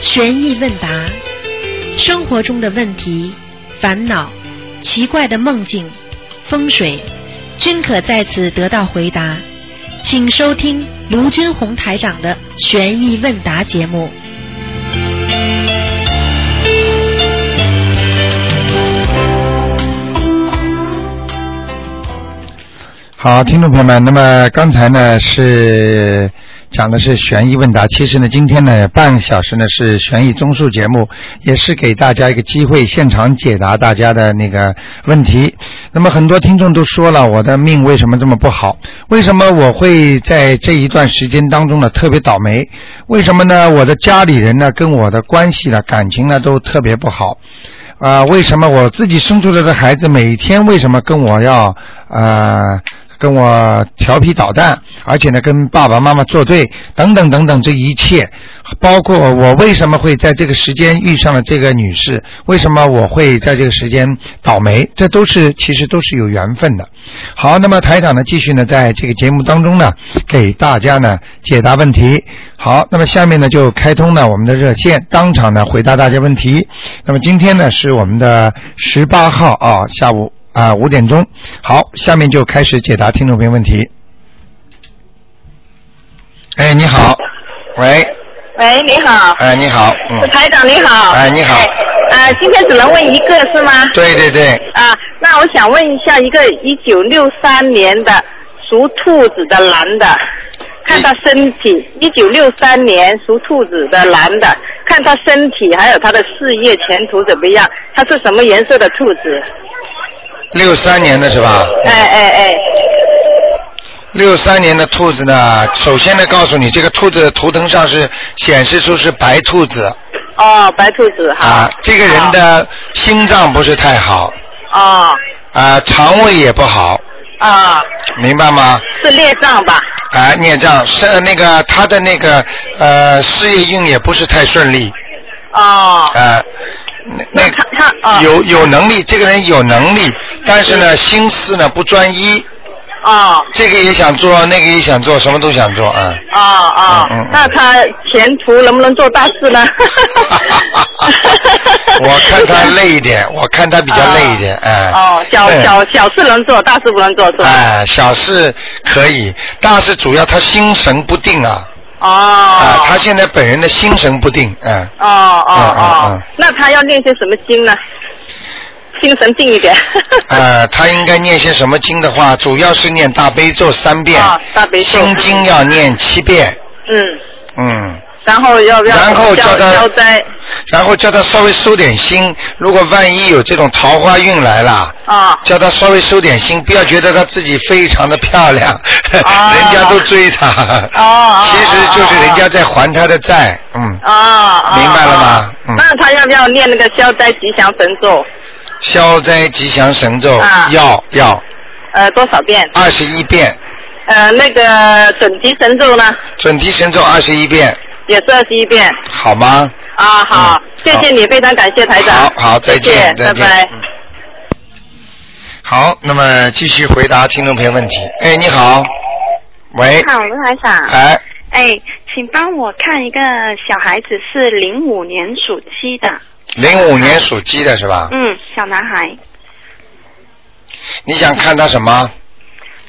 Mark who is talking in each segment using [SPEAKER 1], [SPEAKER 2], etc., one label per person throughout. [SPEAKER 1] 悬疑问答，生活中的问题、烦恼、奇怪的梦境、风水，均可在此得到回答。请收听卢军红台长的悬疑问答节目。
[SPEAKER 2] 好，听众朋友们，那么刚才呢是讲的是悬疑问答，其实呢今天呢半个小时呢是悬疑综述节目，也是给大家一个机会，现场解答大家的那个问题。那么很多听众都说了，我的命为什么这么不好？为什么我会在这一段时间当中呢特别倒霉？为什么呢？我的家里人呢跟我的关系呢感情呢都特别不好。啊，为什么我自己生出来的孩子每天为什么跟我要呃跟我调皮捣蛋，而且呢跟爸爸妈妈作对，等等等等，这一切，包括我为什么会在这个时间遇上了这个女士，为什么我会在这个时间倒霉，这都是其实都是有缘分的。好，那么台长呢继续呢在这个节目当中呢给大家呢解答问题。好，那么下面呢就开通呢我们的热线，当场呢回答大家问题。那么今天呢是我们的十八号啊下午啊五点钟。好，下面就开始解答听众朋友问题。哎，你好，喂，
[SPEAKER 3] 喂，你好，
[SPEAKER 2] 哎，你好，嗯，
[SPEAKER 3] 台长你好。
[SPEAKER 2] 哎你好
[SPEAKER 3] 啊、今天只能问一个是吗？
[SPEAKER 2] 对对对，
[SPEAKER 3] 啊、那我想问一下，一个一九六三年的属兔子的男的，看他身体。一九六三年属兔子的男的，看他身体还有他的事业前途怎么样？他是什么颜色的兔子？
[SPEAKER 2] 六三年的是吧？嗯
[SPEAKER 3] 哎哎哎，
[SPEAKER 2] 六三年的兔子呢，首先呢告诉你，这个兔子的图腾上是显示出是白兔子
[SPEAKER 3] 哦，白兔子哈。
[SPEAKER 2] 啊，这个人的心脏不是太好
[SPEAKER 3] 哦
[SPEAKER 2] 啊，肠胃也不好，
[SPEAKER 3] 啊、哦，
[SPEAKER 2] 明白吗？
[SPEAKER 3] 是孽障吧？
[SPEAKER 2] 啊，孽障是那个他的那个呃事业运也不是太顺利
[SPEAKER 3] 哦
[SPEAKER 2] 啊，那那
[SPEAKER 3] 他他哦
[SPEAKER 2] 有有能力，这个人有能力，但是呢心思呢不专一，
[SPEAKER 3] 哦
[SPEAKER 2] 这个也想做，那个也想做，什么都想做啊。
[SPEAKER 3] 哦哦
[SPEAKER 2] 嗯嗯嗯，？
[SPEAKER 3] 那他前途能不能做大事呢
[SPEAKER 2] 我看他累一点，我看他比较累一点，哎。
[SPEAKER 3] 哦，小
[SPEAKER 2] 对
[SPEAKER 3] 小小事能做，大事不能做，是吧？
[SPEAKER 2] 哎，小事可以，大事主要他心神不定啊，
[SPEAKER 3] 哦。
[SPEAKER 2] 啊，他现在本人的心神不定，嗯，
[SPEAKER 3] 哦哦
[SPEAKER 2] 嗯嗯嗯
[SPEAKER 3] 哦，那他要念些什么经呢？精神定 一点。
[SPEAKER 2] 呃，他应该念些什么经的话，主要是念大悲咒三遍，
[SPEAKER 3] 啊大悲咒
[SPEAKER 2] 心经要念七遍，
[SPEAKER 3] 嗯，
[SPEAKER 2] 嗯，
[SPEAKER 3] 然后要不要
[SPEAKER 2] 然后叫
[SPEAKER 3] 消
[SPEAKER 2] 他
[SPEAKER 3] 消灾？
[SPEAKER 2] 然后叫他稍微收点心，如果万一有这种桃花运来了。
[SPEAKER 3] 啊
[SPEAKER 2] 叫他稍微收点心，不要觉得他自己非常的漂亮，
[SPEAKER 3] 啊
[SPEAKER 2] 人家都追他。
[SPEAKER 3] 哦
[SPEAKER 2] 其实就是人家在还他的债，嗯。
[SPEAKER 3] 哦哦，
[SPEAKER 2] 明白了吗
[SPEAKER 3] 哦
[SPEAKER 2] 嗯
[SPEAKER 3] 那他要不要念那个消灾吉祥神咒？
[SPEAKER 2] 消灾吉祥神咒、
[SPEAKER 3] 啊
[SPEAKER 2] 要要
[SPEAKER 3] 呃，多少遍？
[SPEAKER 2] 二十一遍，
[SPEAKER 3] 呃，那个准提神咒呢，
[SPEAKER 2] 准提神咒二十一遍，
[SPEAKER 3] 也是二十一遍。
[SPEAKER 2] 好吗？
[SPEAKER 3] 啊，好，谢谢你，非常感谢台长。
[SPEAKER 2] 嗯好好，再见，
[SPEAKER 3] 谢谢
[SPEAKER 2] 再
[SPEAKER 3] 拜
[SPEAKER 2] 见。
[SPEAKER 3] 拜。
[SPEAKER 2] 嗯好，那么继续回答听众朋友问题。哎，你好，喂，
[SPEAKER 4] 好，卢台长。
[SPEAKER 2] 哎，
[SPEAKER 4] 哎，请帮我看一个小孩子是零五年属鸡的，
[SPEAKER 2] 啊零五年属鸡的是吧？
[SPEAKER 4] 嗯，小男孩，
[SPEAKER 2] 你想看他什么？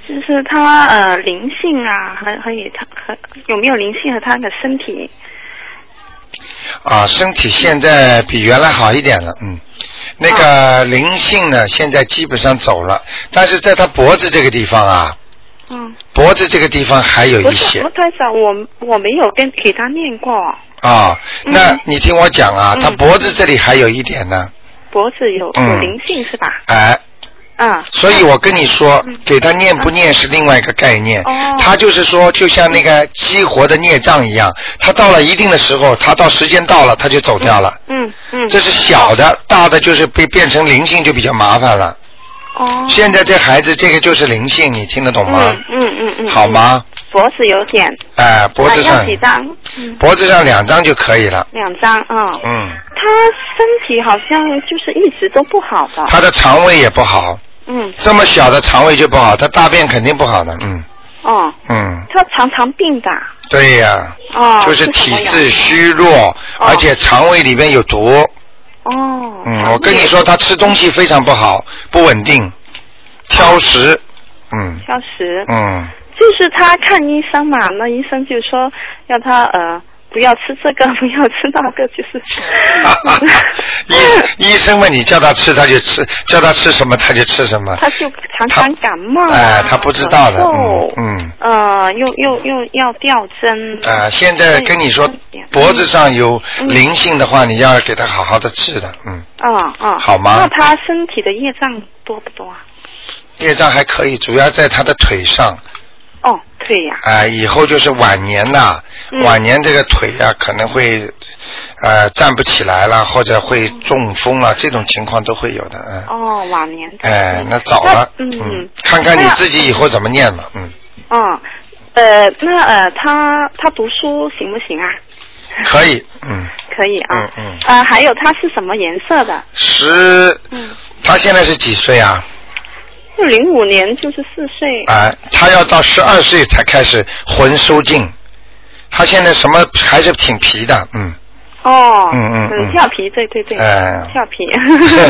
[SPEAKER 4] 就是他呃灵性啊，和和也他和有没有灵性和他的身体？
[SPEAKER 2] 啊，身体现在比原来好一点了，嗯。那
[SPEAKER 4] 啊
[SPEAKER 2] 个灵性呢，现在基本上走了，但是在他脖子这个地方啊，
[SPEAKER 4] 嗯，
[SPEAKER 2] 脖子这个地方还有
[SPEAKER 4] 不
[SPEAKER 2] 一
[SPEAKER 4] 是，
[SPEAKER 2] 些
[SPEAKER 4] 卢。台长，我我没有跟给他念过，
[SPEAKER 2] 啊、那
[SPEAKER 4] 嗯
[SPEAKER 2] 你听我讲啊，
[SPEAKER 4] 嗯
[SPEAKER 2] 他脖子这里还有一点呢，
[SPEAKER 4] 脖子有、有
[SPEAKER 2] 嗯
[SPEAKER 4] 灵性是吧？
[SPEAKER 2] 哎，
[SPEAKER 4] 嗯，
[SPEAKER 2] 所以我跟你说
[SPEAKER 4] 嗯，
[SPEAKER 2] 给他念不念是另外一个概念
[SPEAKER 4] 哦。嗯
[SPEAKER 2] 他就是说，就像那个激活的孽障一样，他到了一定的时候，他到时间到了，他就走掉了。
[SPEAKER 4] 嗯嗯，
[SPEAKER 2] 这是小的，大的就是被变成灵性就比较麻烦了。
[SPEAKER 4] 哦，
[SPEAKER 2] 现在这孩子这个就是灵性，你听得懂吗？
[SPEAKER 4] 嗯嗯嗯嗯，
[SPEAKER 2] 好？吗？
[SPEAKER 4] 脖子有点，
[SPEAKER 2] 哎，脖子
[SPEAKER 4] 啊、
[SPEAKER 2] 上
[SPEAKER 4] 要几张？嗯，
[SPEAKER 2] 脖子上两张就可以了。
[SPEAKER 4] 两张，嗯。
[SPEAKER 2] 嗯，
[SPEAKER 4] 他身体好像就是一直都不好的。
[SPEAKER 2] 他的肠胃也不好，
[SPEAKER 4] 嗯，
[SPEAKER 2] 这么小的肠胃就不好，他大便肯定不好的。嗯
[SPEAKER 4] 哦，
[SPEAKER 2] 嗯。
[SPEAKER 4] 他常常病的。
[SPEAKER 2] 对呀、
[SPEAKER 4] 哦，
[SPEAKER 2] 就是
[SPEAKER 4] 什么
[SPEAKER 2] 体
[SPEAKER 4] 呀
[SPEAKER 2] 质虚弱，而且肠胃里边有毒。
[SPEAKER 4] 哦，
[SPEAKER 2] 嗯，我跟你说，他吃东西非常不好，不稳定，挑食。嗯
[SPEAKER 4] 挑食，
[SPEAKER 2] 嗯，，
[SPEAKER 4] 就是他看医生嘛，那医生就说要他呃不要吃这个， 不要吃那个，就是
[SPEAKER 2] 医医生们，你叫他吃他就吃，叫他吃什么他就吃什么。
[SPEAKER 4] 他就常常感冒、啊，
[SPEAKER 2] 哎，他不知道的，
[SPEAKER 4] 咳
[SPEAKER 2] 嗯
[SPEAKER 4] 嗽
[SPEAKER 2] 嗯。
[SPEAKER 4] 呃，又又又要吊针，
[SPEAKER 2] 啊，现在
[SPEAKER 4] 嗯
[SPEAKER 2] 跟你说脖子上有灵性的话，你要给他好好的治的，嗯，
[SPEAKER 4] 嗯嗯，
[SPEAKER 2] 好吗
[SPEAKER 4] 那他身体的业障多不多啊？
[SPEAKER 2] 业障还可以，主要在他的腿上，
[SPEAKER 4] 哦，对呀、
[SPEAKER 2] 啊、以后就是晚年呐、
[SPEAKER 4] 嗯
[SPEAKER 2] 晚年这个腿啊可能会，呃，站不起来了，或者会中风啊，这种情况都会有的，嗯，
[SPEAKER 4] 嗯哦，晚年的。
[SPEAKER 2] 哎，那早了，
[SPEAKER 4] 那
[SPEAKER 2] 嗯
[SPEAKER 4] 嗯，
[SPEAKER 2] 看看你
[SPEAKER 4] 那
[SPEAKER 2] 自己以后怎么念吧，嗯，
[SPEAKER 4] 嗯，呃，那呃，他他读书行不行啊？
[SPEAKER 2] 可以，嗯，
[SPEAKER 4] 可以啊。
[SPEAKER 2] 嗯嗯
[SPEAKER 4] 啊，还有他是什么颜色的？
[SPEAKER 2] 十，
[SPEAKER 4] 嗯，
[SPEAKER 2] 他现在是几岁啊？
[SPEAKER 4] 就零五年，就是四岁。
[SPEAKER 2] 啊、他要到十二岁才开始魂收尽，他现在什么还是挺皮的，嗯，
[SPEAKER 4] 哦，
[SPEAKER 2] 嗯嗯嗯
[SPEAKER 4] 很调皮，对对对，
[SPEAKER 2] 哎
[SPEAKER 4] 调皮，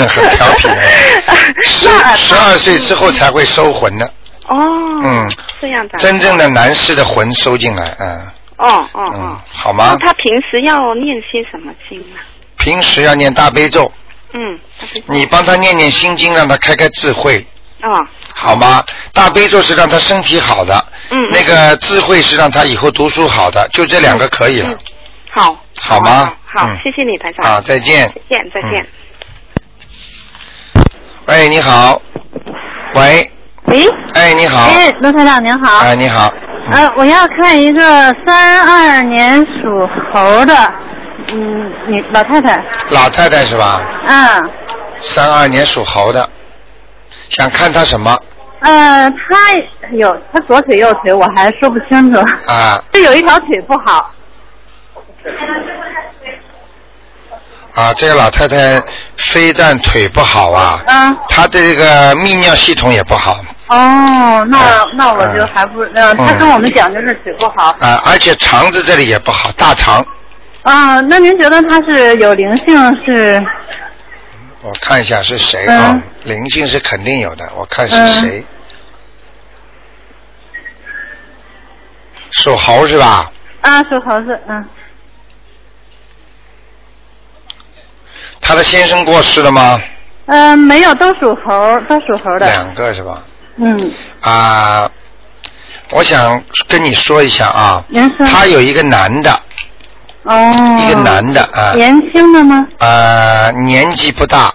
[SPEAKER 2] 很调皮哎十
[SPEAKER 4] 那呃
[SPEAKER 2] 十二岁之后才会收魂的，
[SPEAKER 4] 哦，
[SPEAKER 2] 嗯，
[SPEAKER 4] 这样的，
[SPEAKER 2] 真正的男士的魂收进来，嗯
[SPEAKER 4] 哦哦
[SPEAKER 2] 嗯
[SPEAKER 4] 哦，，
[SPEAKER 2] 好
[SPEAKER 4] 那
[SPEAKER 2] 吗？
[SPEAKER 4] 他平时要念些什么经啊？
[SPEAKER 2] 平时要念大悲咒，
[SPEAKER 4] 嗯，他平时
[SPEAKER 2] 你帮他念念心经，让他开开智慧，
[SPEAKER 4] 哦，
[SPEAKER 2] 好吗？大悲咒是让他身体好的，
[SPEAKER 4] 嗯，嗯
[SPEAKER 2] 那个智慧是让他以后读书好的，就这两个可以了。
[SPEAKER 4] 好，
[SPEAKER 2] 好吗
[SPEAKER 4] 嗯好，好
[SPEAKER 2] 嗯
[SPEAKER 4] 谢谢你，台长。
[SPEAKER 2] 啊，再见。
[SPEAKER 4] 再见，再见。
[SPEAKER 2] 喂，哎你好。喂，
[SPEAKER 5] 喂，
[SPEAKER 2] 哎，你好。
[SPEAKER 5] 哎，罗台长您好，
[SPEAKER 2] 哎，你好。
[SPEAKER 5] 呃，我要看一个三二年属猴的，嗯，女老太太，
[SPEAKER 2] 老太太是吧？
[SPEAKER 5] 嗯，
[SPEAKER 2] 三二年属猴的，想看她什么
[SPEAKER 5] 呃，她有她左腿右腿我还说不清楚，
[SPEAKER 2] 啊
[SPEAKER 5] 这有一条腿不好，
[SPEAKER 2] 啊？这个老太太非但腿不好啊，
[SPEAKER 5] 嗯，
[SPEAKER 2] 她的这个泌尿系统也不好
[SPEAKER 5] 哦，那
[SPEAKER 2] 嗯
[SPEAKER 5] 那我就还不，呃，她跟我们讲就是腿不好，
[SPEAKER 2] 啊，而且肠子这里也不好，大肠。
[SPEAKER 5] 啊、那您觉得她是有灵性是，
[SPEAKER 2] 我看一下是谁啊？
[SPEAKER 5] 嗯
[SPEAKER 2] 灵性是肯定有的，我看是谁。属猴是吧？
[SPEAKER 5] 啊，属猴子，嗯，
[SPEAKER 2] 她的先生过世了吗？
[SPEAKER 5] 呃，没有，都属猴，都属猴的，
[SPEAKER 2] 两个是吧？
[SPEAKER 5] 嗯，
[SPEAKER 2] 啊，我想跟你说一下啊，
[SPEAKER 5] 您说，
[SPEAKER 2] 他有一个男的，
[SPEAKER 5] 哦，
[SPEAKER 2] 一个男的啊，
[SPEAKER 5] 年轻的吗？
[SPEAKER 2] 呃，年纪不大，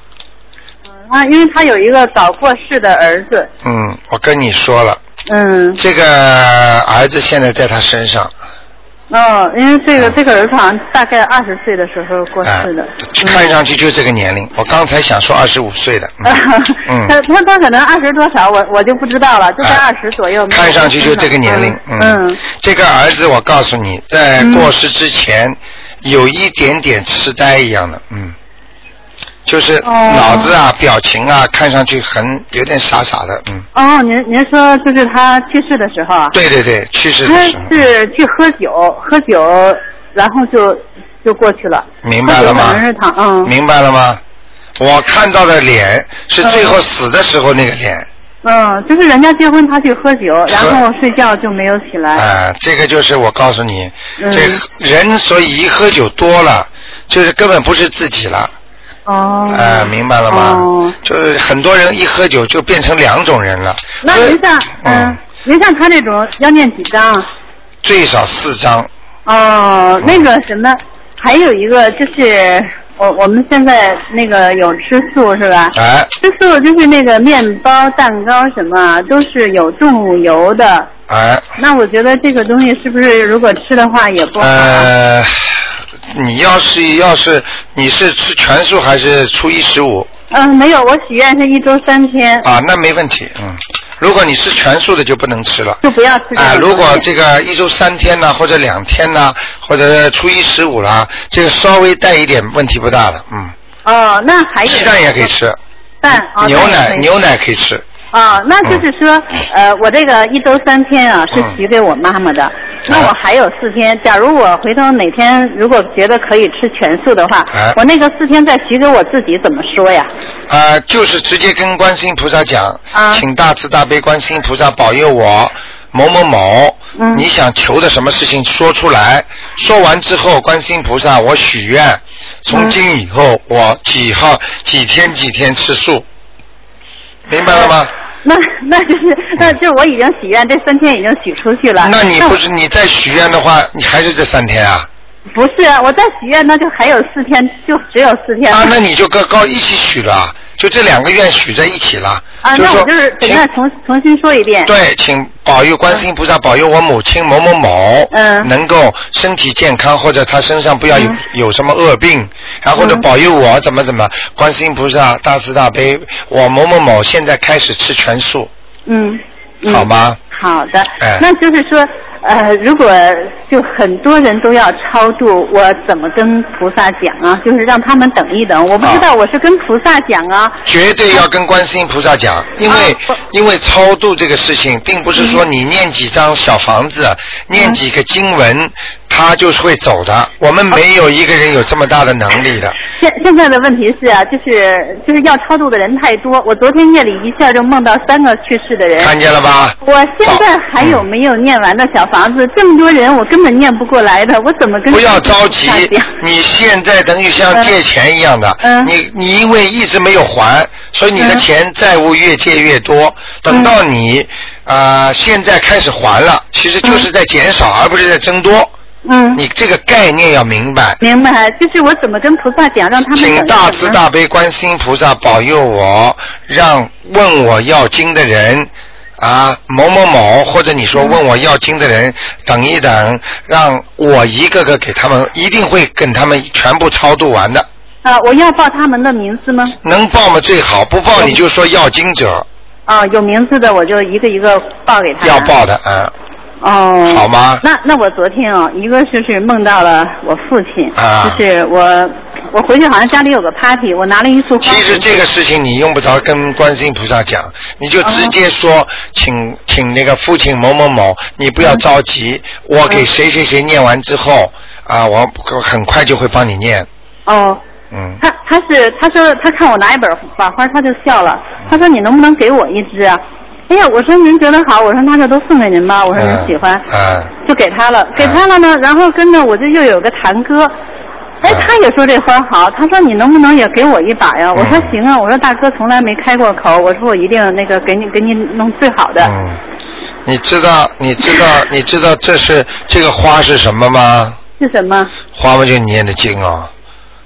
[SPEAKER 5] 啊，因为他有一个早过世的儿子，
[SPEAKER 2] 嗯，我跟你说了，
[SPEAKER 5] 嗯，
[SPEAKER 2] 这个儿子现在在他身上，啊
[SPEAKER 5] 哦，因为这个
[SPEAKER 2] 嗯
[SPEAKER 5] 这个儿子好像大概二十岁的时候过
[SPEAKER 2] 哎、
[SPEAKER 5] 世嗯的，
[SPEAKER 2] 看上去就这个年龄，我刚才想说二十五岁的，
[SPEAKER 5] 嗯
[SPEAKER 2] 嗯
[SPEAKER 5] 他他他可能二十多少，我我就不知道了，就在
[SPEAKER 2] 哎
[SPEAKER 5] 二十左右。没有
[SPEAKER 2] 看上去就这个年龄，
[SPEAKER 5] 嗯
[SPEAKER 2] 嗯，这个儿子我告诉你，在
[SPEAKER 5] 嗯
[SPEAKER 2] 过世之前有一点点痴呆一样的，嗯，就是
[SPEAKER 5] 哦
[SPEAKER 2] 脑子啊、表情啊，看上去很有点傻傻的，嗯，
[SPEAKER 5] 哦，您您说就是他去世的时候啊，
[SPEAKER 2] 对对对，去世
[SPEAKER 5] 他
[SPEAKER 2] 的时候，
[SPEAKER 5] 是去喝酒，喝酒，然后就就过去了。
[SPEAKER 2] 明白了
[SPEAKER 5] 喝酒
[SPEAKER 2] 吗
[SPEAKER 5] 可能是他，？嗯
[SPEAKER 2] 明白了吗？我看到的脸是最后死的时候那个脸，
[SPEAKER 5] 嗯，就是人家结婚他去喝酒，然
[SPEAKER 2] 喝
[SPEAKER 5] 后睡觉就没有起来。
[SPEAKER 2] 啊、这个就是我告诉你，
[SPEAKER 5] 哎嗯
[SPEAKER 2] 这人所以一喝酒多了，就是根本不是自己了。
[SPEAKER 5] 哦，
[SPEAKER 2] 哎，明白了吗？
[SPEAKER 5] 哦，
[SPEAKER 2] 就是很多人一喝酒就变成两种人了。
[SPEAKER 5] 那
[SPEAKER 2] 所以
[SPEAKER 5] 您像
[SPEAKER 2] 嗯
[SPEAKER 5] 嗯，，您像他这种要念几张啊？
[SPEAKER 2] 最少四张，嗯
[SPEAKER 5] 哦，那个什么，还有一个就是我我们现在那个有吃素是吧？
[SPEAKER 2] 哎，
[SPEAKER 5] 吃素就是那个面包、蛋糕什么啊都是有动物油的。
[SPEAKER 2] 哎，
[SPEAKER 5] 那我觉得这个东西是不是如果吃的话也不好？啊
[SPEAKER 2] 呃，你要是要是你是吃全素还是初一十五
[SPEAKER 5] 嗯，没有，我许愿是一周三天，
[SPEAKER 2] 呃啊？那没问题，嗯。如果你是全素的就不能吃了。
[SPEAKER 5] 就不要吃这个
[SPEAKER 2] 啊，如果
[SPEAKER 5] 东西
[SPEAKER 2] 这个一周三天呢，或者两天呢，或者初一十五啦，这个稍微带一点问题不大的，嗯，
[SPEAKER 5] 哦，那还有
[SPEAKER 2] 鸡蛋也可以吃，
[SPEAKER 5] 蛋哦
[SPEAKER 2] 牛
[SPEAKER 5] 蛋也
[SPEAKER 2] 奶
[SPEAKER 5] 可以
[SPEAKER 2] 牛奶可以吃，
[SPEAKER 5] 啊，那就是说，呃，我这个一周三天啊，是
[SPEAKER 2] 哦嗯哎
[SPEAKER 5] 许给我妈妈的。那我还有四天，假如我回头哪天如果觉得可以吃全素的话，
[SPEAKER 2] 哎
[SPEAKER 5] 我那个四天再许给我自己怎么说呀？
[SPEAKER 2] 啊、就是直接跟观世音菩萨讲，
[SPEAKER 5] 啊
[SPEAKER 2] 请大慈大悲观世音菩萨保佑我某某某，
[SPEAKER 5] 嗯
[SPEAKER 2] 你想求的什么事情说出来，说完之后，观世音菩萨，我许愿，
[SPEAKER 5] 嗯
[SPEAKER 2] 从今以后、我几号几天几天吃素，明白了吗？
[SPEAKER 5] 那那就是那就是我已经许愿，这三天已经许出去了。
[SPEAKER 2] 嗯那你
[SPEAKER 5] 我
[SPEAKER 2] 不是你再许愿的话，你还是这三天啊？
[SPEAKER 5] 不是啊我再许愿，那就还有四天，就只有四天。
[SPEAKER 2] 啊，那你就高高一起许了，就这两个愿许在一起了。
[SPEAKER 5] 啊
[SPEAKER 2] 是
[SPEAKER 5] 那
[SPEAKER 2] 说
[SPEAKER 5] 我就是
[SPEAKER 2] 请
[SPEAKER 5] 等一下重重新说一 遍。
[SPEAKER 2] 对，请保佑观世音菩萨保佑我母亲某某某，
[SPEAKER 5] 嗯
[SPEAKER 2] 能够身体健康，或者她身上不要有、
[SPEAKER 5] 嗯
[SPEAKER 2] 有什么恶病，然后呢
[SPEAKER 5] 嗯
[SPEAKER 2] 保佑我怎么怎么，观世音菩萨大慈大悲，我某某某现在开始吃全素，
[SPEAKER 5] 嗯。嗯
[SPEAKER 2] 好？吗？
[SPEAKER 5] 好的，
[SPEAKER 2] 哎
[SPEAKER 5] 那就是说，呃，如果就很多人都要超度，我怎么跟菩萨讲啊？就是让他们等一
[SPEAKER 2] 啊
[SPEAKER 5] 等，我不知道我是跟菩萨讲啊，
[SPEAKER 2] 绝对要跟观世音菩萨讲，因为、
[SPEAKER 5] 嗯我嗯
[SPEAKER 2] 因为超度这个事情，并不是说你念几张小房子，念几个经文，他就是会走的。我们没有一个人有这么大的能力的。
[SPEAKER 5] 现现在的问题是啊，就是就是要超度的人太多，我昨天夜里一下就梦到三个去世的人。
[SPEAKER 2] 看见了吧？
[SPEAKER 5] 我现在还有没有念完的小房子？这么多人，我根本念不过来的，我怎么跟
[SPEAKER 2] 不要着急
[SPEAKER 5] 菩萨讲，
[SPEAKER 2] 你现在等于像借钱一样的，
[SPEAKER 5] 嗯
[SPEAKER 2] 你你因为一直没有还，所以你的
[SPEAKER 5] 嗯
[SPEAKER 2] 钱债务越借越多。等到你啊、呃现在开始还了，其实就是在减少，而不是在增多。
[SPEAKER 5] 嗯，
[SPEAKER 2] 你这个概念要明白。
[SPEAKER 5] 明白？就是我怎么跟菩萨讲，让他们等
[SPEAKER 2] 请
[SPEAKER 5] 一等
[SPEAKER 2] 大
[SPEAKER 5] 呢
[SPEAKER 2] 慈大悲观世音菩萨保佑我，让问我要经的人啊某某某，或者你说
[SPEAKER 5] 嗯
[SPEAKER 2] 问我要经的人等一等，让我一个个给他们，一定会跟他们全部超度完的。
[SPEAKER 5] 啊，我要报他们的名字吗？
[SPEAKER 2] 能报吗？最好，不报你就说要经者
[SPEAKER 5] 啊，有名字的我就一个一个报给他。
[SPEAKER 2] 要。报的啊
[SPEAKER 5] 哦。
[SPEAKER 2] 好吗
[SPEAKER 5] 那那我昨天啊，一个就是梦到了我父亲，
[SPEAKER 2] 啊
[SPEAKER 5] 就是我我回去好像家里有个 party，我拿了一束花。
[SPEAKER 2] 其实这个事情你用不着跟观世音菩萨讲，你就直接说，
[SPEAKER 5] 哦
[SPEAKER 2] 请请那个父亲某某某，你不要着急，
[SPEAKER 5] 嗯
[SPEAKER 2] 我给谁谁谁念完之后，啊，我我很快就会帮你念，
[SPEAKER 5] 哦。
[SPEAKER 2] 嗯，
[SPEAKER 5] 他他是他说他看我拿一本把花，他就笑了。
[SPEAKER 2] 嗯
[SPEAKER 5] 他说你能不能给我一支啊？哎呀，我说您觉得好，我说那就都送给您吧，我说您喜欢，
[SPEAKER 2] 嗯
[SPEAKER 5] 就给他了。给他了呢，然后跟着我就又有个堂哥，哎，
[SPEAKER 2] 嗯
[SPEAKER 5] 他也说这花好，他说你能不能也给我一把呀？我说
[SPEAKER 2] 嗯
[SPEAKER 5] 行啊，我说大哥从来没开过口，我说我一定那个给你给你弄最好的。
[SPEAKER 2] 嗯，你知道你知道你知道这是这个花是什么吗？
[SPEAKER 5] 是什么？
[SPEAKER 2] 花嘛就你念的经哦，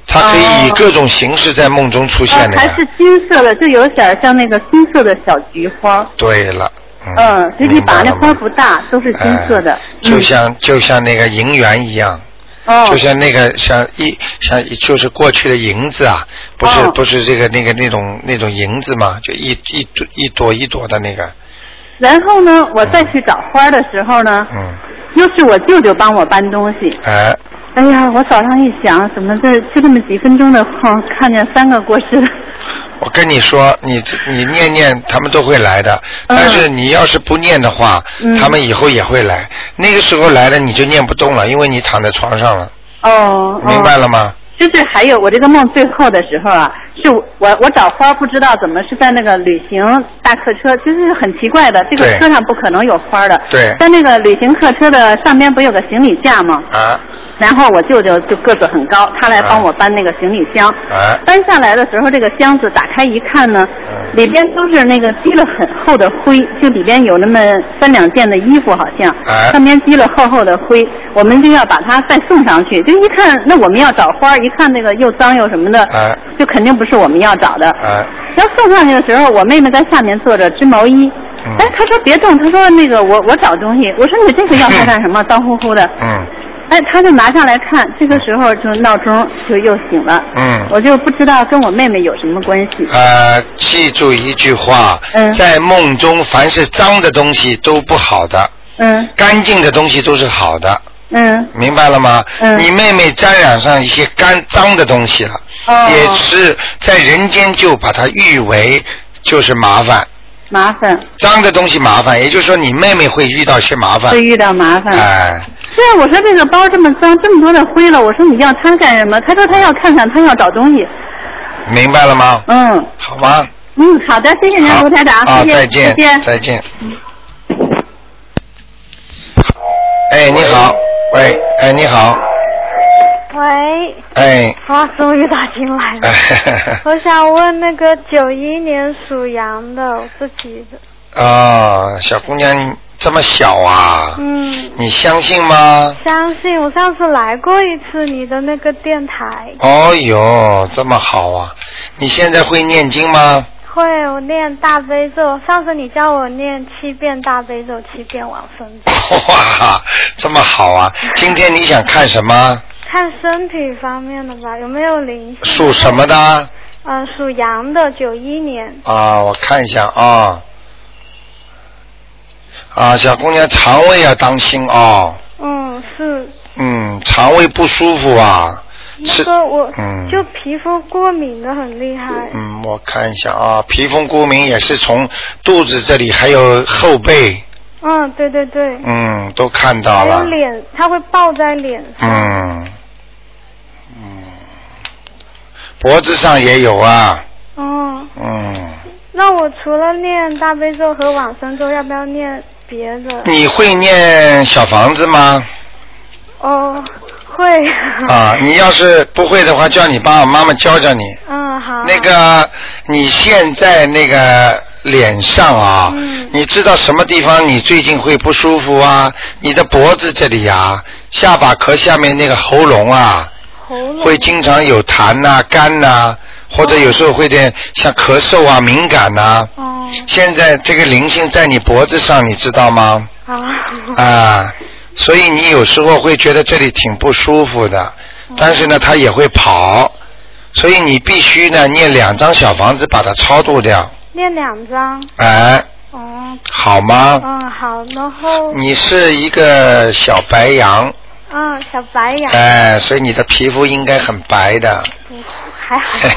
[SPEAKER 2] 它可以以
[SPEAKER 5] 哦
[SPEAKER 2] 各种形式在梦中出
[SPEAKER 5] 呃
[SPEAKER 2] 现的
[SPEAKER 5] 还
[SPEAKER 2] 呀。
[SPEAKER 5] 是金色的，就有点儿像那个金色的小菊花。
[SPEAKER 2] 对了。
[SPEAKER 5] 嗯，就一把
[SPEAKER 2] 明白
[SPEAKER 5] 那
[SPEAKER 2] 了吗
[SPEAKER 5] 花不大，都是金色的
[SPEAKER 2] 哎。
[SPEAKER 5] 嗯
[SPEAKER 2] 就像就像那个银元一样，
[SPEAKER 5] 哦，
[SPEAKER 2] 就像那个像一像一就是过去的银子啊，不是、
[SPEAKER 5] 哦
[SPEAKER 2] 不是这个那个那种那种银子嘛，就一一朵一朵一朵的那个，
[SPEAKER 5] 然后呢，我再去找花的时候呢，
[SPEAKER 2] 嗯，
[SPEAKER 5] 又是我舅舅帮我搬东西。
[SPEAKER 2] 哎，
[SPEAKER 5] 哎呀，我早上一想，怎么这就这么几分钟的空，看见三个过世的？
[SPEAKER 2] 我跟你说，你你念念他们都会来的，
[SPEAKER 5] 嗯
[SPEAKER 2] 但是你要是不念的话，
[SPEAKER 5] 嗯
[SPEAKER 2] 他们以后也会来，那个时候来了你就念不动了，因为你躺在床上了，
[SPEAKER 5] 哦，哦
[SPEAKER 2] 明白。了吗？
[SPEAKER 5] 就是还有我这个梦最后的时候啊，是我我找花不知道怎么是在那个旅行大客车，就是很奇怪的，这个
[SPEAKER 2] 对
[SPEAKER 5] 车上不可能有花的。
[SPEAKER 2] 对
[SPEAKER 5] 在那个旅行客车的上边不有个行李架吗？
[SPEAKER 2] 啊
[SPEAKER 5] 然后我舅舅就个子很高，他来帮我搬那个行李箱。
[SPEAKER 2] 啊
[SPEAKER 5] 搬下来的时候，这个箱子打开一看呢，
[SPEAKER 2] 嗯
[SPEAKER 5] 里边都是那个积了很厚的灰，就里边有那么三两件的衣服，好像、
[SPEAKER 2] 哎
[SPEAKER 5] 上面积了厚厚的灰。我们就要把它再送上去，就一看，那我们要找花，一看那个又脏又什么的，
[SPEAKER 2] 哎
[SPEAKER 5] 就肯定不是我们要找的。
[SPEAKER 2] 啊
[SPEAKER 5] 要送上去的时候，我妹妹在下面坐着织毛衣。
[SPEAKER 2] 嗯
[SPEAKER 5] 哎，她说别动，她说那个我我找东西。我说你这个要它干什么？脏乎乎的。
[SPEAKER 2] 嗯
[SPEAKER 5] 哎，他就拿下来看，这个时候就闹钟就又醒了。
[SPEAKER 2] 嗯
[SPEAKER 5] 我就不知道跟我妹妹有什么关系。
[SPEAKER 2] 呃，记住一句话，
[SPEAKER 5] 嗯
[SPEAKER 2] 在梦中凡是脏的东西都不好的，
[SPEAKER 5] 嗯
[SPEAKER 2] 干净的东西都是好的，
[SPEAKER 5] 嗯
[SPEAKER 2] 明白了吗？
[SPEAKER 5] 嗯
[SPEAKER 2] 你妹妹沾染上一些干脏的东西了，
[SPEAKER 5] 哦
[SPEAKER 2] 也是在人间就把它誉为就是麻烦，
[SPEAKER 5] 麻烦，
[SPEAKER 2] 脏的东西麻烦，也就是说你妹妹会遇到些麻烦
[SPEAKER 5] 会。遇到麻烦。
[SPEAKER 2] 哎，
[SPEAKER 5] 对啊，我说这个包这么脏，这么多的灰了，我说你要它干什么？他说他要看看，他要找东西。
[SPEAKER 2] 明白了吗？
[SPEAKER 5] 嗯
[SPEAKER 2] 好吗？
[SPEAKER 5] 嗯，好的，谢谢您，
[SPEAKER 2] 好
[SPEAKER 5] 卢台长，
[SPEAKER 2] 啊，
[SPEAKER 5] 谢谢，
[SPEAKER 2] 再见，
[SPEAKER 5] 再见。
[SPEAKER 2] 再见。哎，你好，喂，哎，你好，
[SPEAKER 6] 喂，
[SPEAKER 2] 哎，
[SPEAKER 6] 好，终于打进来了。
[SPEAKER 2] 哎，
[SPEAKER 6] 我想问那个九一年属羊的我自己的，
[SPEAKER 2] 啊，小姑娘你这么小啊，
[SPEAKER 6] 嗯，
[SPEAKER 2] 你相信吗？
[SPEAKER 6] 相信我上次来过一次你的那个电台，
[SPEAKER 2] 哦哟，这么好啊！你现在会念经吗？
[SPEAKER 6] 会我念大悲咒，上次你教我念七遍大悲咒，七遍往生咒，
[SPEAKER 2] 哇，这么好啊！今天你想看什么？
[SPEAKER 6] 看身体方面的吧，有没有灵性？
[SPEAKER 2] 属什么的？
[SPEAKER 6] 嗯、属羊的，九一年，
[SPEAKER 2] 啊，我看一下啊。啊，小姑娘肠胃要当心哦，
[SPEAKER 6] 嗯，是
[SPEAKER 2] 嗯，肠胃不舒服啊，
[SPEAKER 6] 那
[SPEAKER 2] 吃，
[SPEAKER 6] 个我、
[SPEAKER 2] 嗯
[SPEAKER 6] 就皮肤过敏的很厉害，
[SPEAKER 2] 嗯，我看一下啊，皮肤过敏也是从肚子这里还有后背，
[SPEAKER 6] 嗯，对对对。
[SPEAKER 2] 嗯，都看到
[SPEAKER 6] 还
[SPEAKER 2] 了
[SPEAKER 6] 有，脸，它会爆在脸上。
[SPEAKER 2] 嗯，嗯，脖子上也有啊，
[SPEAKER 6] 哦，
[SPEAKER 2] 嗯，
[SPEAKER 6] 那我除了念大悲咒和往生咒，要不要念别的？
[SPEAKER 2] 你会念小房子吗？
[SPEAKER 6] 哦，会。
[SPEAKER 2] 啊，你要是不会的话，叫你爸爸妈妈教教你。
[SPEAKER 6] 嗯，好。
[SPEAKER 2] 那。个，你现在那个脸上啊，
[SPEAKER 6] 嗯
[SPEAKER 2] 你知道什么地方你最近会不舒服啊？你的脖子这里啊，下巴壳下面那个喉咙啊，
[SPEAKER 6] 喉咙。
[SPEAKER 2] 会经常有痰呐、干呐、或者有时候会点像咳嗽啊、敏感呐、
[SPEAKER 6] 哦，
[SPEAKER 2] 现在这个灵性在你脖子上，你知道吗？
[SPEAKER 6] 好。
[SPEAKER 2] 啊，所以你有时候会觉得这里挺不舒服的，但是呢，它也会跑，所以你必须呢念两张小房子把它超度掉，
[SPEAKER 6] 念两张。
[SPEAKER 2] 哎，
[SPEAKER 6] 哦。
[SPEAKER 2] 好吗？
[SPEAKER 6] 嗯，好。然后，
[SPEAKER 2] 你是一个小白羊，
[SPEAKER 6] 嗯，小白羊、
[SPEAKER 2] 哎，所以你的皮肤应该很白的，
[SPEAKER 6] 不 还好。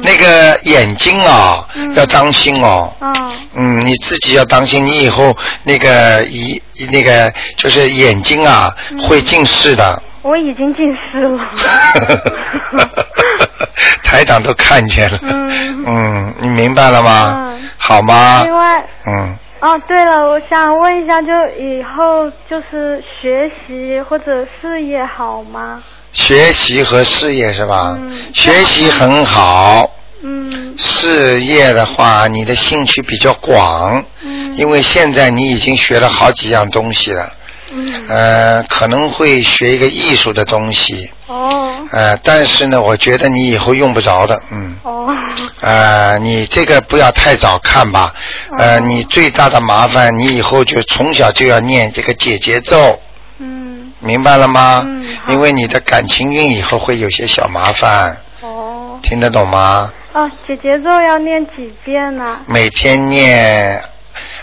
[SPEAKER 2] 那个眼睛啊、
[SPEAKER 6] 嗯
[SPEAKER 2] 要当心哦。
[SPEAKER 6] 嗯，
[SPEAKER 2] 嗯，你自己要当心，你以后那个一那个就是眼睛啊、会近视的。
[SPEAKER 6] 我已经近视 了。
[SPEAKER 2] 台长都看见了，
[SPEAKER 6] 嗯
[SPEAKER 2] 你明白了吗？
[SPEAKER 6] 嗯
[SPEAKER 2] 好吗
[SPEAKER 6] 另？外，
[SPEAKER 2] 嗯，
[SPEAKER 6] 哦，对了，我想问一下，就以后就是学习或者事业好吗？
[SPEAKER 2] 学习和事业是吧？
[SPEAKER 6] 嗯
[SPEAKER 2] 学习很好，
[SPEAKER 6] 嗯
[SPEAKER 2] 事业的话，你的兴趣比较广，
[SPEAKER 6] 嗯
[SPEAKER 2] 因为现在你已经学了好几样东西了，
[SPEAKER 6] 嗯，
[SPEAKER 2] 呃，可能会学一个艺术的东西，
[SPEAKER 6] 哦
[SPEAKER 2] 呃，但是呢，我觉得你以后用不着的，嗯，
[SPEAKER 6] 哦
[SPEAKER 2] 呃，你这个不要太早看吧，呃，
[SPEAKER 6] 哦
[SPEAKER 2] 你最大的麻烦，你以后就从小就要念这个解结咒，
[SPEAKER 6] 嗯
[SPEAKER 2] 明白了吗？
[SPEAKER 6] 嗯好
[SPEAKER 2] 因为你的感情运以后会有些小麻烦，
[SPEAKER 6] 哦
[SPEAKER 2] 听得懂吗？
[SPEAKER 6] 哦，姐姐咒要念几遍呢、
[SPEAKER 2] 每天念，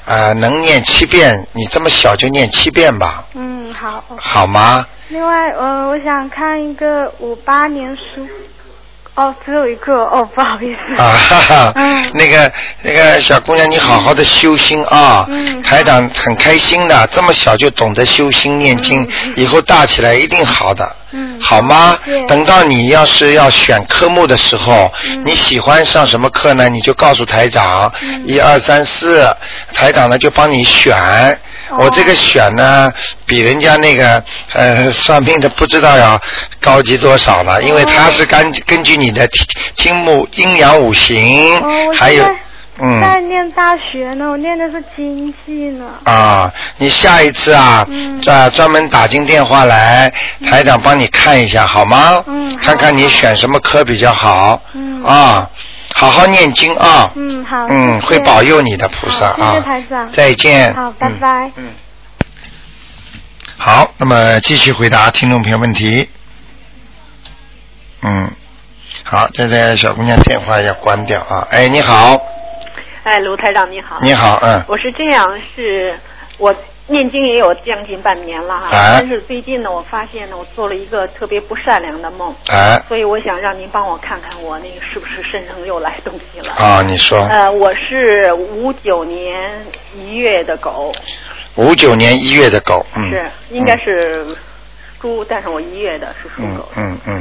[SPEAKER 2] 呃，能念七遍，你这么小就念七遍吧，
[SPEAKER 6] 嗯，好。
[SPEAKER 2] 好吗？
[SPEAKER 6] 另外，呃，我想看一个五八年书。哦，只有一个哦，不好意思。
[SPEAKER 2] 啊，哈哈
[SPEAKER 6] 嗯，
[SPEAKER 2] 那个那个小姑娘，你好好的修心啊！
[SPEAKER 6] 嗯
[SPEAKER 2] 台长很开心的，这么小就懂得修心念经，以后大起来一定好的，
[SPEAKER 6] 嗯，
[SPEAKER 2] 好吗
[SPEAKER 6] 谢谢？
[SPEAKER 2] 等到你要是要选科目的时候，
[SPEAKER 6] 嗯
[SPEAKER 2] 你喜欢上什么课呢？你就告诉台长，一二三四，台长呢就帮你选。
[SPEAKER 6] 哦
[SPEAKER 2] 我这个选呢，比人家那个呃算命的不知道要高级多少
[SPEAKER 6] 哦
[SPEAKER 2] 了，因为他是根根据你的金金木阴阳五行，
[SPEAKER 6] 哦，我
[SPEAKER 2] 还
[SPEAKER 6] 现
[SPEAKER 2] 有
[SPEAKER 6] 在在
[SPEAKER 2] 嗯
[SPEAKER 6] 念大学呢，我念的是经济呢。
[SPEAKER 2] 啊，你下一次啊
[SPEAKER 6] 嗯，
[SPEAKER 2] 专、专门打进电话来，台长帮你看一下好吗？
[SPEAKER 6] 嗯好
[SPEAKER 2] 看看你选什么科比较好。
[SPEAKER 6] 嗯
[SPEAKER 2] 啊，好好念经啊。
[SPEAKER 6] 嗯，好。
[SPEAKER 2] 嗯，
[SPEAKER 6] 谢谢
[SPEAKER 2] 会保佑你的菩萨
[SPEAKER 6] 好
[SPEAKER 2] 啊！
[SPEAKER 6] 谢谢台长
[SPEAKER 2] 再见。
[SPEAKER 6] 好拜
[SPEAKER 2] 嗯
[SPEAKER 6] 拜
[SPEAKER 2] 嗯。好，那么继续回答听众朋友问题。嗯，好，现在小姑娘电话要关掉啊。哎，你好，
[SPEAKER 3] 哎，卢台长你好。
[SPEAKER 2] 你好，嗯，
[SPEAKER 3] 我是这样，是我念经也有将近半年了哈，
[SPEAKER 2] 哎
[SPEAKER 3] 但是最近呢，我发现呢，我做了一个特别不善良的梦，
[SPEAKER 2] 哎，
[SPEAKER 3] 所以我想让您帮我看看我那个是哎不是身上又来东西了。
[SPEAKER 2] 啊，你说
[SPEAKER 3] 呃，我是五九年一月的狗，
[SPEAKER 2] 五九年一月的狗，嗯，
[SPEAKER 3] 是应该是猪，但是我一月的是属
[SPEAKER 2] 嗯
[SPEAKER 3] 狗。
[SPEAKER 2] 嗯嗯，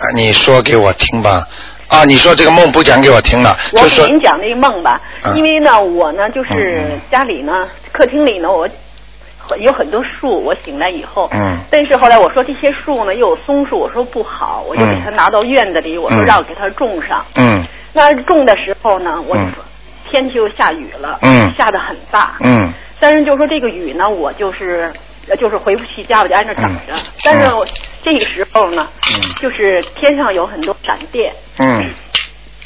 [SPEAKER 2] 啊，你说给我听吧。啊，你说这个梦不讲给我听了，
[SPEAKER 3] 我
[SPEAKER 2] 就
[SPEAKER 3] 给
[SPEAKER 2] 说
[SPEAKER 3] 您讲那个梦吧，
[SPEAKER 2] 嗯
[SPEAKER 3] 因为呢，我呢就是
[SPEAKER 2] 嗯
[SPEAKER 3] 家里呢，客厅里呢，我有很多树，我醒来以后，
[SPEAKER 2] 嗯
[SPEAKER 3] 但是后来我说这些树呢又有松树，我说不好，我就
[SPEAKER 2] 嗯
[SPEAKER 3] 给它拿到院子里，我说
[SPEAKER 2] 嗯
[SPEAKER 3] 让给它种上。
[SPEAKER 2] 嗯
[SPEAKER 3] 那种的时候呢，我、
[SPEAKER 2] 嗯
[SPEAKER 3] 天气又下雨了，
[SPEAKER 2] 嗯
[SPEAKER 3] 下的很大，
[SPEAKER 2] 嗯
[SPEAKER 3] 但是就说这个雨呢，我就是呃就是回不去家，我就挨那等着。
[SPEAKER 2] 嗯
[SPEAKER 3] 但是
[SPEAKER 2] 嗯
[SPEAKER 3] 我这个时候呢，
[SPEAKER 2] 嗯
[SPEAKER 3] 就是天上有很多闪电，
[SPEAKER 2] 嗯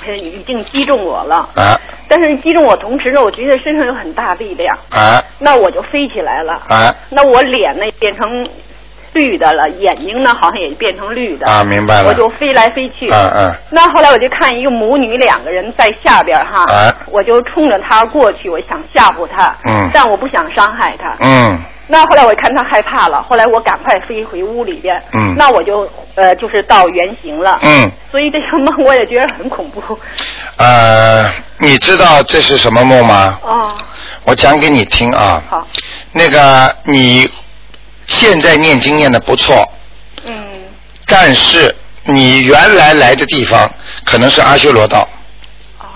[SPEAKER 3] 呃已经击中我了。
[SPEAKER 2] 啊
[SPEAKER 3] 但是击中我同时呢，我觉得身上有很大力量，
[SPEAKER 2] 啊
[SPEAKER 3] 那我就飞起来了。
[SPEAKER 2] 啊
[SPEAKER 3] 那我脸呢也变成绿的了，眼睛呢好像也变成绿的。
[SPEAKER 2] 啊，明白了。
[SPEAKER 3] 我就飞来飞去。
[SPEAKER 2] 啊啊
[SPEAKER 3] 那后来我就看一个母女两个人在下边儿哈，
[SPEAKER 2] 啊
[SPEAKER 3] 我就冲着她过去，我想吓唬她，
[SPEAKER 2] 嗯
[SPEAKER 3] 但我不想伤害她。
[SPEAKER 2] 嗯
[SPEAKER 3] 那后来我看她害怕了，后来我赶快飞回屋里边，
[SPEAKER 2] 嗯
[SPEAKER 3] 那我就呃就是到原形了，
[SPEAKER 2] 嗯
[SPEAKER 3] 所以这个梦我也觉得很恐怖。
[SPEAKER 2] 呃，你知道这是什么梦吗？
[SPEAKER 3] 哦，
[SPEAKER 2] 我讲给你听啊。
[SPEAKER 3] 好，
[SPEAKER 2] 那个你现在念经念的不错，
[SPEAKER 3] 嗯，
[SPEAKER 2] 但是你原来来的地方可能是阿修罗道，
[SPEAKER 3] 哦，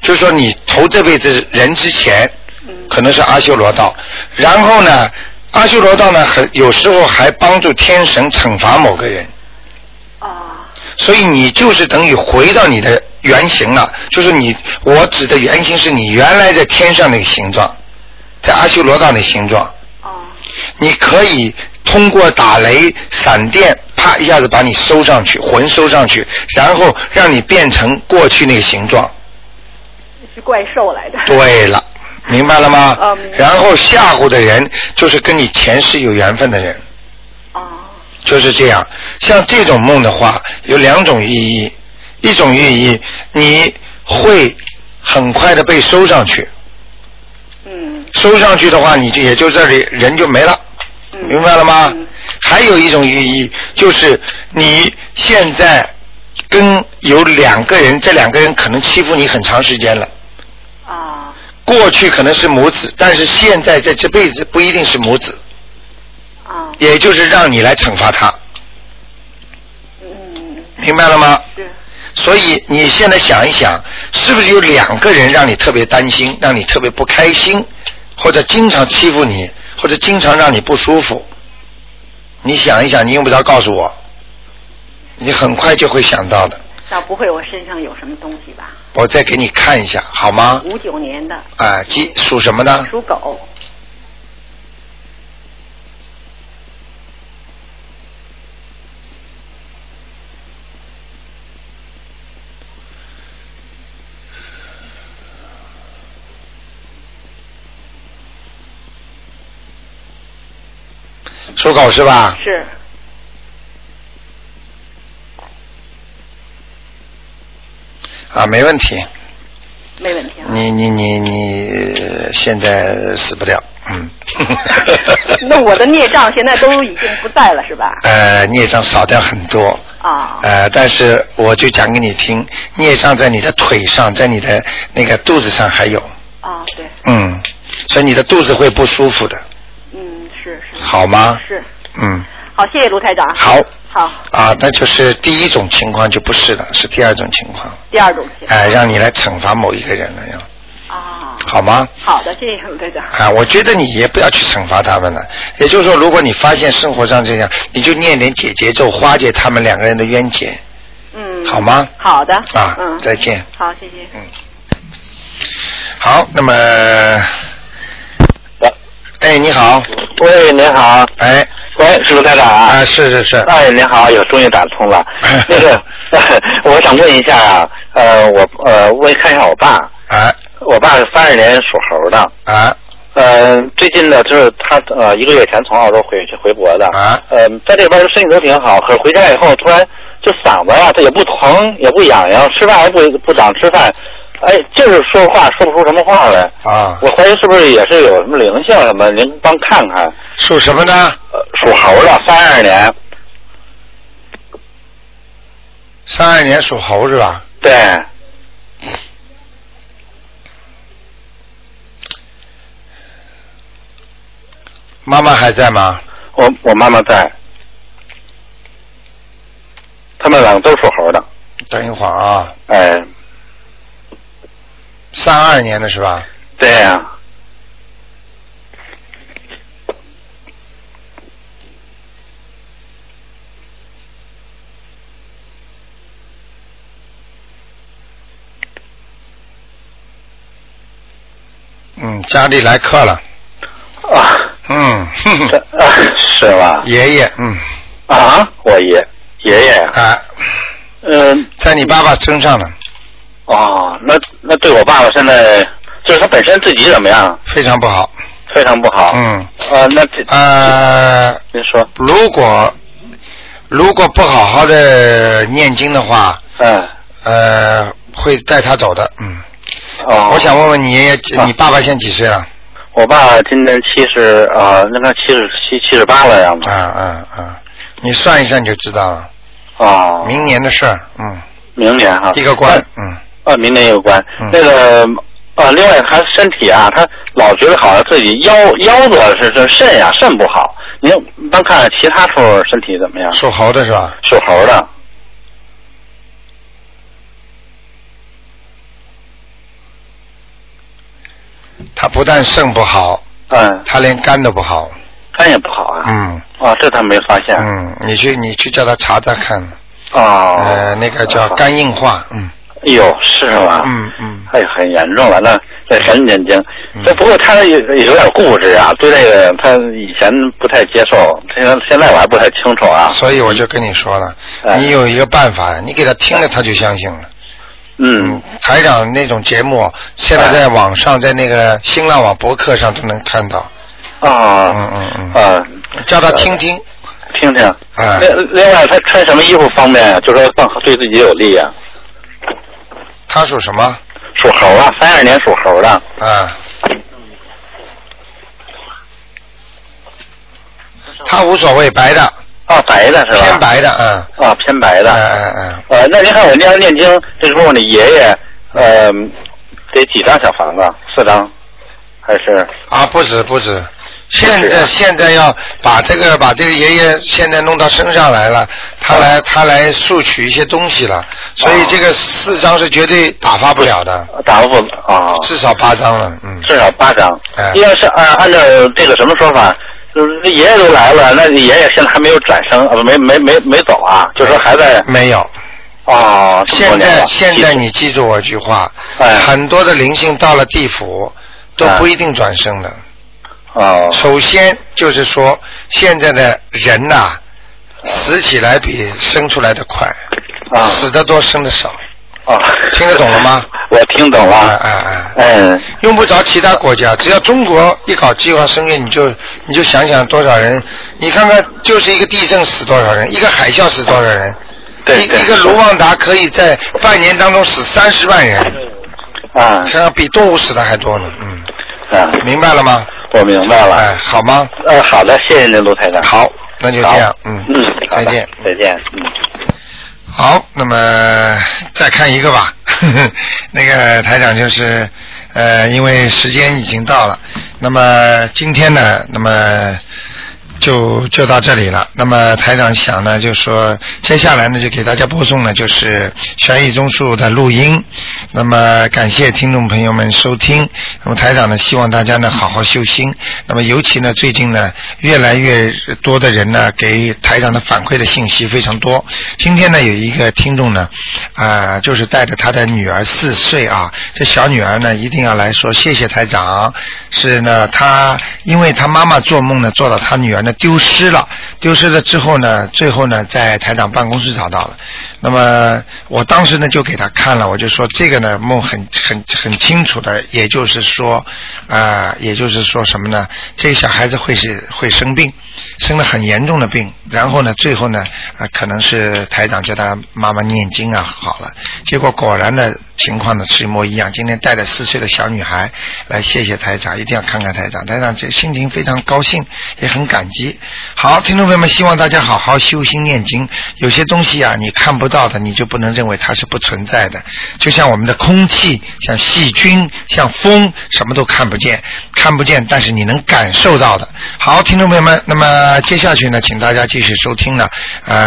[SPEAKER 2] 就是说你投这辈子人之前
[SPEAKER 3] 嗯，
[SPEAKER 2] 可能是阿修罗道，然后呢，阿修罗道呢，很有时候还帮助天神惩罚某个人，
[SPEAKER 3] 哦，
[SPEAKER 2] 所以你就是等于回到你的原型了，就是你我指的原型是你原来在天上那个形状，在阿修罗道那形状，
[SPEAKER 3] 哦，
[SPEAKER 2] 你可以通过打雷、闪电，啪一下子把你收上去，魂收上去，然后让你变成过去那个形状。
[SPEAKER 3] 是怪兽来 的。
[SPEAKER 2] 对了，明白了吗？
[SPEAKER 3] 哦明白
[SPEAKER 2] 然后吓唬的人就是跟你前世有缘分的人，
[SPEAKER 3] 哦，
[SPEAKER 2] 就是这样。像这种梦的话，有两种意义，一种寓意你会很快的被收上去，
[SPEAKER 3] 嗯
[SPEAKER 2] 收上去的话，你就也就这里人就没了。
[SPEAKER 3] 嗯，
[SPEAKER 2] 明白了吗
[SPEAKER 3] 嗯？
[SPEAKER 2] 还有一种寓意就是你现在跟有两个人，这两个人可能欺负你很长时间了。
[SPEAKER 3] 啊、
[SPEAKER 2] 过去可能是母子，但是现在在这辈子不一定是母子，
[SPEAKER 3] 啊、
[SPEAKER 2] 也就是让你来惩罚他，
[SPEAKER 3] 嗯，
[SPEAKER 2] 明白了吗？
[SPEAKER 3] 是，
[SPEAKER 2] 所以你现在想一想，是不是有两个人让你特别担心，让你特别不开心，或者经常欺负你，或者经常让你不舒服？你想一想，你用不着告诉我，你很快就会想到的。
[SPEAKER 3] 那不会我身上有什么东西吧？
[SPEAKER 2] 我再给你看一下，好吗？
[SPEAKER 3] 五九年的，
[SPEAKER 2] 啊，鸡属什么呢？
[SPEAKER 3] 属狗。
[SPEAKER 2] 属狗是吧？
[SPEAKER 3] 是，
[SPEAKER 2] 啊，没问题。
[SPEAKER 3] 没问 题啊。。
[SPEAKER 2] 你你你你呃现在死不了，嗯
[SPEAKER 3] 那我的孽障现在都已经不在了，是吧？
[SPEAKER 2] 呃孽障少掉很多，
[SPEAKER 3] 啊、
[SPEAKER 2] 呃，但是我就讲给你听，孽障在你的腿上，在你的那个肚子上还有，
[SPEAKER 3] 啊、对，
[SPEAKER 2] 嗯，所以你的肚子会不舒服的，
[SPEAKER 3] 嗯，是是。
[SPEAKER 2] 好吗？
[SPEAKER 3] 是，
[SPEAKER 2] 嗯，
[SPEAKER 3] 好，谢谢卢台长。
[SPEAKER 2] 好。
[SPEAKER 3] 好，
[SPEAKER 2] 啊，那就是第一种情况就不是了，是第二种情况，
[SPEAKER 3] 第二种谢谢。
[SPEAKER 2] 哎、让你来惩罚某一个人了，要
[SPEAKER 3] 啊、
[SPEAKER 2] 好吗？
[SPEAKER 3] 好的，谢谢卢台长。
[SPEAKER 2] 啊，我觉得你也不要去惩罚他们了。也就是说，如果你发现生活上这样，你就念点解结咒，化解他们两个人的冤结
[SPEAKER 3] 嗯。
[SPEAKER 2] 好吗
[SPEAKER 3] 好的。
[SPEAKER 2] 啊。
[SPEAKER 3] 嗯。
[SPEAKER 2] 再见。
[SPEAKER 3] 好，谢谢。
[SPEAKER 2] 嗯。好，那么，哎，你好，
[SPEAKER 7] 喂，您好，
[SPEAKER 2] 哎，
[SPEAKER 7] 喂，是卢台长啊
[SPEAKER 2] 啊，。是是是，。
[SPEAKER 7] 哎，您好，有终于打通了 那个， 我想问一下啊，呃，我呃问看一下我爸，
[SPEAKER 2] 啊
[SPEAKER 7] 我爸是三十年属猴的，
[SPEAKER 2] 啊
[SPEAKER 7] 呃，最近呢，就是他呃一个月前从澳洲回去回国的，
[SPEAKER 2] 啊
[SPEAKER 7] 呃，在这边身体都挺好，可是回家以后突然就嗓子呀、它也不疼也不痒痒，吃饭也不不长吃饭，哎，就是说话说不出什么话来。
[SPEAKER 2] 啊，
[SPEAKER 7] 我怀疑是不是也是有什么灵性什么？您帮看看。
[SPEAKER 2] 属什么呢？
[SPEAKER 7] 呃属猴的，三二年。
[SPEAKER 2] 三二年属猴是吧？
[SPEAKER 7] 对，
[SPEAKER 2] 妈妈还在吗？
[SPEAKER 7] 我我妈妈在。他们两个都属猴的。
[SPEAKER 2] 等一会儿啊，
[SPEAKER 7] 哎，
[SPEAKER 2] 三二年的是吧？
[SPEAKER 7] 对呀、
[SPEAKER 2] 嗯，家里来客了。
[SPEAKER 7] 啊。
[SPEAKER 2] 嗯，哼
[SPEAKER 7] 这
[SPEAKER 2] 哼
[SPEAKER 7] 啊是吗？
[SPEAKER 2] 爷爷，嗯，
[SPEAKER 7] 啊，我爷爷爷呀，
[SPEAKER 2] 啊，
[SPEAKER 7] 嗯、
[SPEAKER 2] 在你爸爸身上呢，
[SPEAKER 7] 哦，那那对我爸爸现在就是他本身自己怎么样，
[SPEAKER 2] 非常不好。
[SPEAKER 7] 非常不好。
[SPEAKER 2] 嗯，
[SPEAKER 7] 啊，那这
[SPEAKER 2] 呃，
[SPEAKER 7] 您说，
[SPEAKER 2] 如果如果不好好的念经的话，
[SPEAKER 7] 嗯，
[SPEAKER 2] 呃，会带他走的。嗯，
[SPEAKER 7] 哦，
[SPEAKER 2] 我想问问你爷爷，
[SPEAKER 7] 啊
[SPEAKER 2] 你爸爸现在几岁了？
[SPEAKER 7] 我爸今年七十啊，那他七十七七十八了样子
[SPEAKER 2] 啊。啊啊！你算一算就知道了，
[SPEAKER 7] 哦，
[SPEAKER 2] 啊明年的事儿。嗯，
[SPEAKER 7] 明年哈，
[SPEAKER 2] 一个关。嗯，
[SPEAKER 7] 啊，明年有关。
[SPEAKER 2] 嗯
[SPEAKER 7] 那个啊，另外他身体啊，他老觉得好像自己腰腰子是这肾呀、肾不好。您帮看看其他处身体怎么样？
[SPEAKER 2] 属猴的是吧？
[SPEAKER 7] 属猴的，
[SPEAKER 2] 他不但肾不好，
[SPEAKER 7] 嗯，
[SPEAKER 2] 他连肝都不好。
[SPEAKER 7] 肝也不好啊。
[SPEAKER 2] 嗯
[SPEAKER 7] 啊，这他没发现。
[SPEAKER 2] 嗯，你去你去叫他查查看，
[SPEAKER 7] 哦。
[SPEAKER 2] 呃，那个叫肝硬化。嗯
[SPEAKER 7] 哎呦，是吗？
[SPEAKER 2] 嗯嗯
[SPEAKER 7] 哎，很严重了，那这很年轻
[SPEAKER 2] 嗯。
[SPEAKER 7] 这不过他也也有点固执啊，对这个他以前不太接受，现在现在我还不太清楚啊。
[SPEAKER 2] 所以我就跟你说了，
[SPEAKER 7] 哎
[SPEAKER 2] 你有一个办法，你给他听了他就相信了。
[SPEAKER 7] 嗯，，
[SPEAKER 2] 台长那种节目，现在
[SPEAKER 7] 哎
[SPEAKER 2] 在网上，在那个新浪网博客上都能看到。
[SPEAKER 7] 啊，
[SPEAKER 2] 嗯嗯嗯
[SPEAKER 7] 啊，
[SPEAKER 2] 叫他听听，
[SPEAKER 7] 听听。
[SPEAKER 2] 哎
[SPEAKER 7] 另另外，他穿什么衣服方便啊？就说更对自己有利啊。
[SPEAKER 2] 他属什么？
[SPEAKER 7] 属猴啊，三二年属猴的。
[SPEAKER 2] 啊。他无所谓，白的，
[SPEAKER 7] 啊，白的是吧？
[SPEAKER 2] 偏。白的，嗯，
[SPEAKER 7] 啊，偏白的。
[SPEAKER 2] 嗯嗯嗯，
[SPEAKER 7] 呃，那您看我念念经，这时候我的爷爷，呃，得几张小房子？四张，还是？
[SPEAKER 2] 啊，不止不止，现
[SPEAKER 7] 不止
[SPEAKER 2] 在
[SPEAKER 7] 啊
[SPEAKER 2] 现在要把这个把这个爷爷现在弄到身上来了，他来他来索取一些东西了，所以
[SPEAKER 7] 嗯哦
[SPEAKER 2] 这个四张是绝对打发不了的，
[SPEAKER 7] 打不啊，
[SPEAKER 2] 至少八张了，嗯，
[SPEAKER 7] 至少八张
[SPEAKER 2] 哎。
[SPEAKER 7] 因为是按按照这个什么说法，就是这爷爷都来了，那爷爷现在还没有转生，啊，不没没没没走啊，就说还在
[SPEAKER 2] 没有。
[SPEAKER 7] 哦。这
[SPEAKER 2] 现
[SPEAKER 7] 么多年
[SPEAKER 2] 在
[SPEAKER 7] 了
[SPEAKER 2] 嗯现在你记住我一句话，
[SPEAKER 7] 哎
[SPEAKER 2] 很多的灵性到了地府都
[SPEAKER 7] 哎
[SPEAKER 2] 不一定转生的。
[SPEAKER 7] 哦
[SPEAKER 2] 首先就是说，现在的人呐、死起来比生出来的快，
[SPEAKER 7] 啊
[SPEAKER 2] 死的多，生的少。
[SPEAKER 7] 哦，
[SPEAKER 2] 听得懂了吗？
[SPEAKER 7] 我听懂
[SPEAKER 2] 哎
[SPEAKER 7] 了。
[SPEAKER 2] 哎哎。
[SPEAKER 7] 嗯，
[SPEAKER 2] 用不着其他国家，只要中国一搞计划生育，你就你就想想多少人，你看看就是一个地震死多少人，一个海啸死多少人，
[SPEAKER 7] 对
[SPEAKER 2] 一
[SPEAKER 7] 对
[SPEAKER 2] 一个卢旺达可以在半年当中死三十万人，
[SPEAKER 7] 啊
[SPEAKER 2] 实际上比动物死的还多呢。嗯，
[SPEAKER 7] 啊，
[SPEAKER 2] 明白了吗？
[SPEAKER 7] 我明白
[SPEAKER 2] 哎，
[SPEAKER 7] 了。
[SPEAKER 2] 好吗？
[SPEAKER 7] 呃，好的，谢谢您，卢台长。
[SPEAKER 2] 好，那就这样
[SPEAKER 7] 好，
[SPEAKER 2] 嗯
[SPEAKER 7] 嗯，好
[SPEAKER 2] 再
[SPEAKER 7] 的
[SPEAKER 2] 见。
[SPEAKER 7] 再见，嗯。
[SPEAKER 2] 好，那么再看一个吧。 那个台长就是，呃，因为时间已经到了，那么今天呢，那么就就到这里了。那么台长想呢，就说接下来呢，就给大家播送呢，就是悬疑综述的录音。那么感谢听众朋友们收听。那么台长呢，希望大家呢好好修心。那么尤其呢，最近呢，越来越多的人呢给台长的反馈的信息非常多。今天呢，有一个听众呢，啊、就是带着他的女儿四岁啊，这小女儿呢一定要来说谢谢台长。是呢，她因为她妈妈做梦呢做到她女儿呢丢失了，丢失了之后呢，最后呢在台长办公室找到了。那么我当时呢就给他看了，我就说这个呢梦很很很清楚的，也就是说，啊、也就是说什么呢？这个小孩子会是会生病，生了很严重的病，然后呢，最后呢，啊、可能是台长叫他妈妈念经啊，好了，结果果然呢，情况呢是一模一样。今天带着四岁的小女孩来谢谢台长，一定要看看台长，台长这心情非常高兴，也很感激。好，听众朋友们，希望大家好好修心念经。有些东西啊，你看不到的，你就不能认为它是不存在的。就像我们的空气、像细菌、像风，什么都看不见，看不见，但是你能感受到的。好，听众朋友们，那么接下去呢，请大家继续收听了，呃。